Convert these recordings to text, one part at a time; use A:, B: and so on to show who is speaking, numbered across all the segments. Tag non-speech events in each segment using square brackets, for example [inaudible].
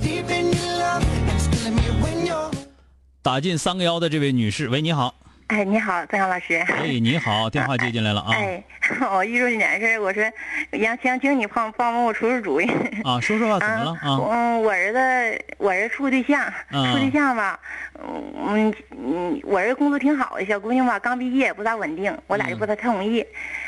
A: Deep in your love, it's killing me when you're
B: 打进三个幺的这位女士，喂，你好，
C: 哎，你好，曾阳老师。
B: 哎，你好，电话接进来了啊，
C: 哎， [laughs] 我遇着你点事儿，我说杨想请你帮帮我出出主意。
B: 啊，说说吧，怎么了
C: 嗯
B: 啊？
C: 嗯，我儿子，我儿子处对象，
B: 嗯
C: 处对象吧，嗯嗯，我儿子工作挺好的，小姑娘吧，刚毕业也不咋稳定，我俩就不
B: 嗯
C: 太同意。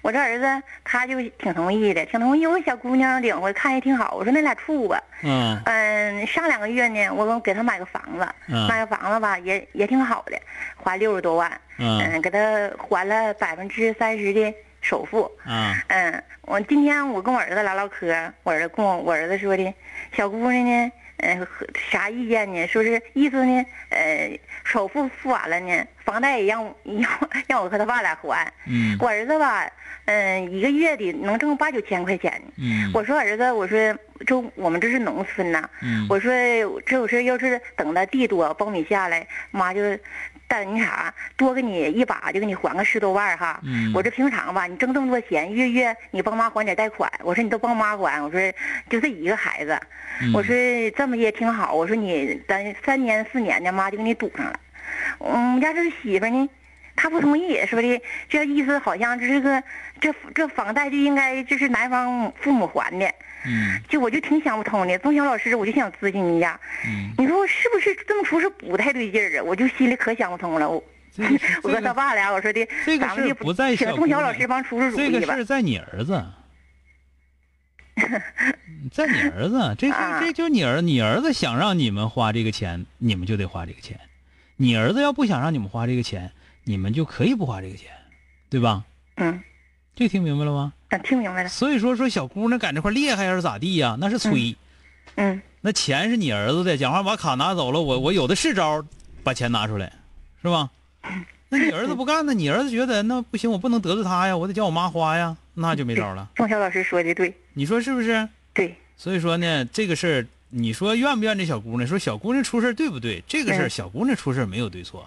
C: 我这儿子他就挺同意的，挺同意。我小姑娘领回看也挺好，我说那俩处吧。 [laughs]
B: 嗯
C: 嗯，上两个月呢，我给他买个房子，
B: 嗯
C: 买个房子吧也也挺好的，花六十多万。
B: 嗯
C: 嗯，给他还了百分之三十的首付。
B: 啊
C: 嗯，我今天我跟我儿子聊唠嗑，我儿子跟我我儿子说的，小姑娘呢，嗯、和啥意见呢？说是意思呢，呃，首付付完了呢，房贷也让我 [laughs] 让我让我和他爸俩还。
B: 嗯
C: 我儿子吧，嗯、一个月里能挣八九千块钱。
B: 嗯
C: 我说儿子，我说这我们这是农村呐、
B: 嗯
C: 我说这有事儿要是等到地多苞米下来，妈就带你啥多给你一把，就给你还个十多万儿哈。
B: 嗯
C: 我这平常吧，你挣这么多钱，月月你帮妈还点贷款，我说你都帮妈还，我说就这一个孩子，
B: 嗯
C: 我说这么也挺好，我说你咱三年四年的妈就给你堵上了。嗯我们家这个媳妇儿呢，她不同意，说的这意思好像这是个这这房贷就应该这是男方父母还的。
B: 嗯
C: 就我就挺想不通的，宗晓老师，我就想咨询一下，
B: 嗯，
C: 你说我是不是这么出是不太对劲儿啊？我就心里可想不通了。我
B: 这个是
C: [laughs] 我
B: 这
C: 跟
B: 个
C: 他爸俩，我说的，
B: 这个
C: 咱
B: 事
C: 们
B: 儿
C: 就
B: 不在
C: 请
B: 小
C: 宗晓
B: 姑
C: 老
B: 娘
C: 师帮出出主
B: 这个
C: 意
B: 事
C: 吧。
B: 儿在你儿子，啊在你儿子，这这
C: 啊
B: 这就是你儿，你儿子想让你们花这个钱，你们就得花这个钱；你儿子要不想让你们花这个钱，你们就可以不花这个钱，对吧？
C: 嗯，
B: 这听明白了吗？
C: 嗯听明白了。
B: 所以说说小姑娘在这块厉害还是咋地呀、那是吹。
C: 嗯，
B: 那钱是你儿子的，讲话把卡拿走了，我我有的是招儿，把钱拿出来，是吧？那你儿子不干呢？你儿子觉得那不行，我不能得罪他呀，我得叫我妈花呀，那就没招了。
C: 宗晓老师说的对，
B: 你说是不是？
C: 对，
B: 所以说呢，这个事儿，你说怨不怨这小姑娘？说小姑娘出事儿对不对？这个事儿，
C: 嗯
B: 小姑娘出事儿没有对错。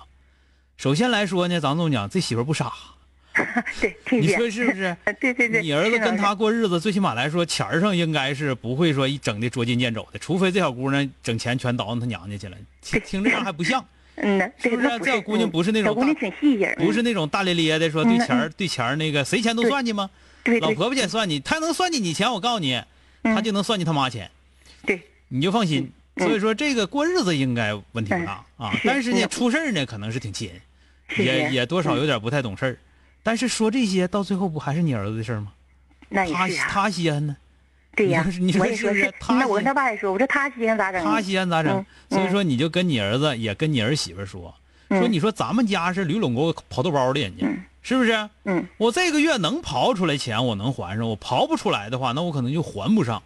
B: 首先来说呢，咱这么讲，这媳妇儿不傻，
C: 对，听
B: 你
C: 见。
B: 说是不是？
C: 呃 [laughs] 对对对，
B: 你儿子
C: 是的
B: 跟他过日子，最起码来说，钱儿上应该是不会说一整的捉襟见肘的，除非这小姑娘整钱全倒腾她娘家去了。听听这样还不像，
C: 嗯呐，
B: 是
C: 对
B: 不是
C: 他
B: 这姑娘不是那种
C: 嗯小姑娘
B: 大
C: 挺细心儿，
B: 不是
C: 嗯
B: 那种大咧咧
C: [laughs]
B: 的说对钱儿对钱儿那个谁钱都算计吗？
C: 对嗯
B: 老
C: 对
B: 婆婆钱算计，她能算计你钱，我告诉你，她就能算计她妈钱，
C: 对，
B: 你就放心。
C: 嗯
B: 所以说这个过日子应该问题不大啊，但是呢
C: 嗯
B: 出事儿呢可能是挺气人，
C: 是
B: 也
C: 的
B: 也多少
C: 嗯
B: 有点不太懂事儿。但是说这些到最后不还是你儿子的事儿吗？
C: 那也
B: 他
C: 是啊，
B: 他先呢。
C: 对呀
B: 你说是你，说
C: 我也
B: 是不是
C: 是。
B: 他
C: 那我
B: 先
C: 跟他爸也说，我说他稀罕咋整？
B: 他西安咋整
C: 嗯？嗯
B: 所以说你就跟你儿子也跟你儿媳妇说，说
C: 嗯
B: 你说咱们家是驴拢沟刨豆包的人家，是不是？
C: 嗯，
B: 我这个月能刨出来钱，我能还上；我刨不出来的话，那我可能就还不
C: [laughs]
B: 上，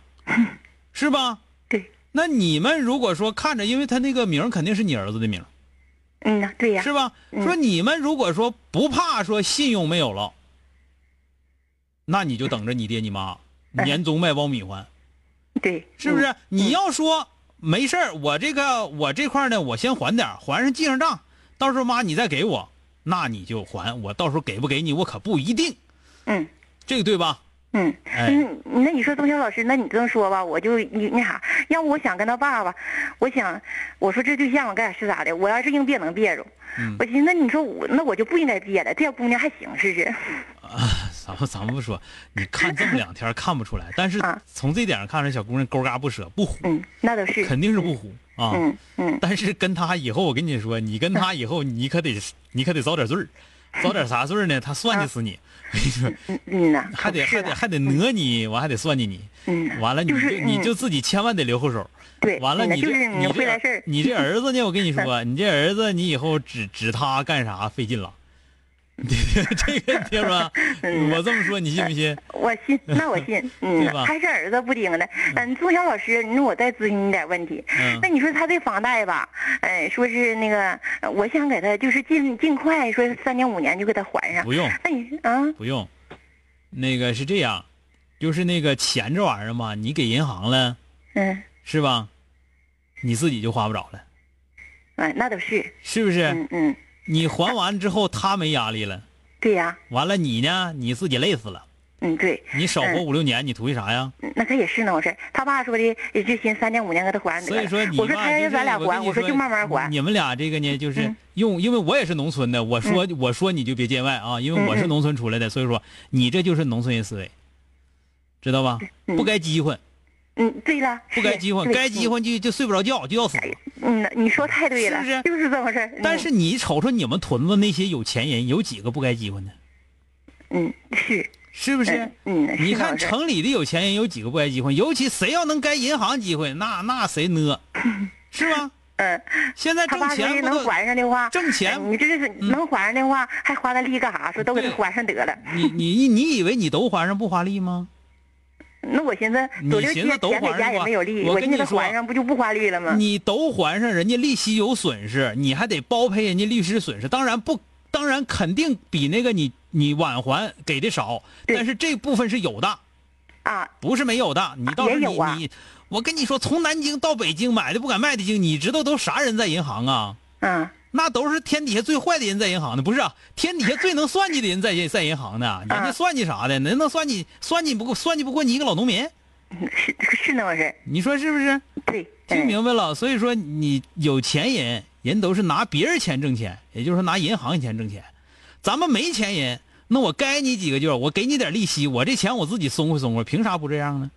B: 是吧？
C: 对，
B: 那你们如果说看着，因为他那个名儿肯定是你儿子的名儿，
C: 嗯呐，对呀，嗯
B: 是吧？说你们如果说不怕说信用没有了，那你就等着你爹你妈年终卖苞米还。
C: 对，
B: 是不
C: 哎嗯？
B: 是？你要说没事儿，我这个我这块儿呢，我先还点儿，还上记上账，到时候妈你再给我，那你就还。我到时候给不给你，我可不一定，
C: 嗯。
B: 这个对吧？ [laughs]
C: 嗯，
B: 哎
C: 嗯，那你说东晓老师，那你这么说吧，我就你那啥，要不我想跟他爸爸，我想，我说这对象我该咋是咋的，我要是硬憋能憋着，
B: 嗯
C: 我寻思那你说我那我就不应该憋了，这小姑娘还行是不是？
B: 咱们咱们不说，你看这么两天儿看不出来，但是
C: 啊
B: 从这点上看，这小姑娘勾嘎不舍，不虎，
C: 嗯，那倒是，
B: 肯定是不虎啊。
C: 嗯嗯，
B: 但是跟他以后，我跟你说，你跟他以后，你可得你可得遭点罪儿，遭点啥罪儿呢？他算计死你，我跟你说，
C: 嗯嗯呐，
B: 还得还
C: 可不是
B: 得
C: 的，
B: 还得讹你，完还得算计你，
C: 嗯，
B: 完了你
C: 就是
B: 就你
C: 嗯
B: 就自己千万得留后手。
C: 对，
B: 完了
C: 真的
B: 你
C: 就
B: 这
C: 是
B: 你
C: 你会来事
B: 这
C: 儿，
B: 你这儿子呢？我跟你
C: [laughs]
B: 说，你这儿子你以后指指他干啥费劲了。 [laughs] 这个听吧，
C: [laughs] 嗯
B: 我这么说你信不信？
C: 我信，那我信，嗯
B: [laughs] 对吧，
C: 还是儿子不丁的。嗯，宋晓老师，那我再咨询你点问题。
B: 嗯
C: 那你说他这房贷吧，哎，说是那个，呃我想给他就是尽尽快，说三年五年就给他还上
B: 不。用
C: 那你啊，
B: 不用，那个是这样，就是那个钱这玩意儿嘛，你给银行了
C: 嗯，
B: 是吧？你自己就花不着了，
C: 哎，那都是，
B: 是不是？
C: 嗯嗯，
B: 你还完之后他没压力了，
C: 对呀，
B: 完了你呢你自己累死了，
C: 嗯对，
B: 你少活
C: 嗯
B: 五六年你图一啥呀？
C: 那他也是呢，我说他爸说的，也就寻三年五年给他还得
B: 所以
C: 了。
B: 说你
C: 我说
B: 吧
C: 他
B: 就
C: 要
B: 是
C: 咱俩
B: 我跟
C: 还，
B: 你
C: 我说就慢慢还。
B: 你们俩这个呢，就是
C: 嗯
B: 用，因为我也是农村的，我说我说你就别见外啊，因为我是
C: 嗯嗯
B: 农村出来的，所以说你这就是农村人思维，知道吧？
C: 嗯
B: 不该饥荒，
C: 嗯，对了，
B: 不该饥荒，该饥
C: 荒。
B: 荒就就睡不着觉，就要死。
C: 嗯，你说太对
B: 是
C: 了，
B: 不是
C: 就是这么回事儿。
B: 但
C: 嗯
B: 是你瞅瞅你们屯子那些有钱人，有几个不该饥荒的？
C: 嗯，是，
B: 是不是
C: 嗯？嗯，是
B: 你
C: 这么
B: 看
C: 回事儿
B: 城里的有钱人有几个不该饥荒？尤其谁要能该银行饥荒，那那谁
C: [laughs]
B: 呢？是吧？
C: 嗯，
B: 现在
C: 他
B: 挣
C: 爸说
B: 钱不
C: 能
B: 都
C: 还上的话，
B: 挣钱嗯
C: 哎你这是能还上的话，还花他利干啥？说都给他
B: 对
C: 还上得了。
B: 你你你以为你都还上不花力吗？
C: 那我寻思，
B: 你
C: 左六
B: 寻思
C: 七
B: 都
C: 钱
B: 还
C: 在
B: 上
C: 家也
B: 吧
C: 没有利，
B: 我
C: 我
B: 跟
C: 寻思
B: 你
C: 他
B: 说
C: 还上不就不花利了吗？
B: 你都还上，人家利息有损失，你还得包赔人家律师损失。当然不，当然肯定比那个你你晚还给的少，
C: 对
B: 但是这部分是有的，
C: 啊，
B: 不是没有的。你到时候
C: 也有
B: 你、
C: 啊
B: 你，我跟你说，从南京到北京买的不敢卖的精，你知道都啥人在银行啊？
C: 嗯，
B: 那都是天底下最坏的人在银行呢，不是、啊、天底下最能算计的人在银在银行呢。人家
C: 啊
B: 算计啥的？能能算计算计不过算计不过你一个老农民？
C: 是是那么回事儿，
B: 你说是不是？
C: 对，
B: 听
C: 嗯
B: 明白了，所以说你有钱人，人都是拿别人钱挣钱，也就是说拿银行钱挣钱。咱们没钱人，那我该你几个就是我给你点利息，我这钱我自己松快松快，凭啥不这样呢？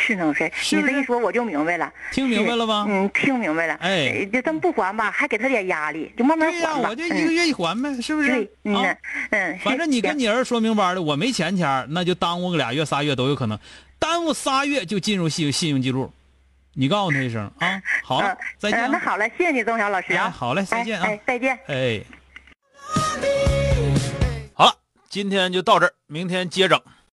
C: 是那么回事儿。
B: 是
C: 你
B: 不
C: 这
B: 是
C: 一说我就明白了，
B: 听明白了吗？
C: 嗯，听明白了。
B: 哎
C: 呃就这么不还吧，还给他点压力，就慢慢
B: 对呀、
C: 还吧。
B: 我就一个
C: 嗯
B: 月一还呗，是不是？
C: 对，嗯
B: 啊
C: 呐，嗯，
B: 反正你跟
C: 你
B: 你儿说明白了，我没钱钱儿，那就耽误个俩月仨月都有可能，耽误仨月就进入信信用记录，你告诉他一声啊。好了，再见
C: 嗯那
B: 啊。
C: 好了，谢谢你，钟晓老师啊。
B: 哎好嘞再见啊
C: 哎哎，再见。
B: 哎，好了，今天就到这儿，明天接整。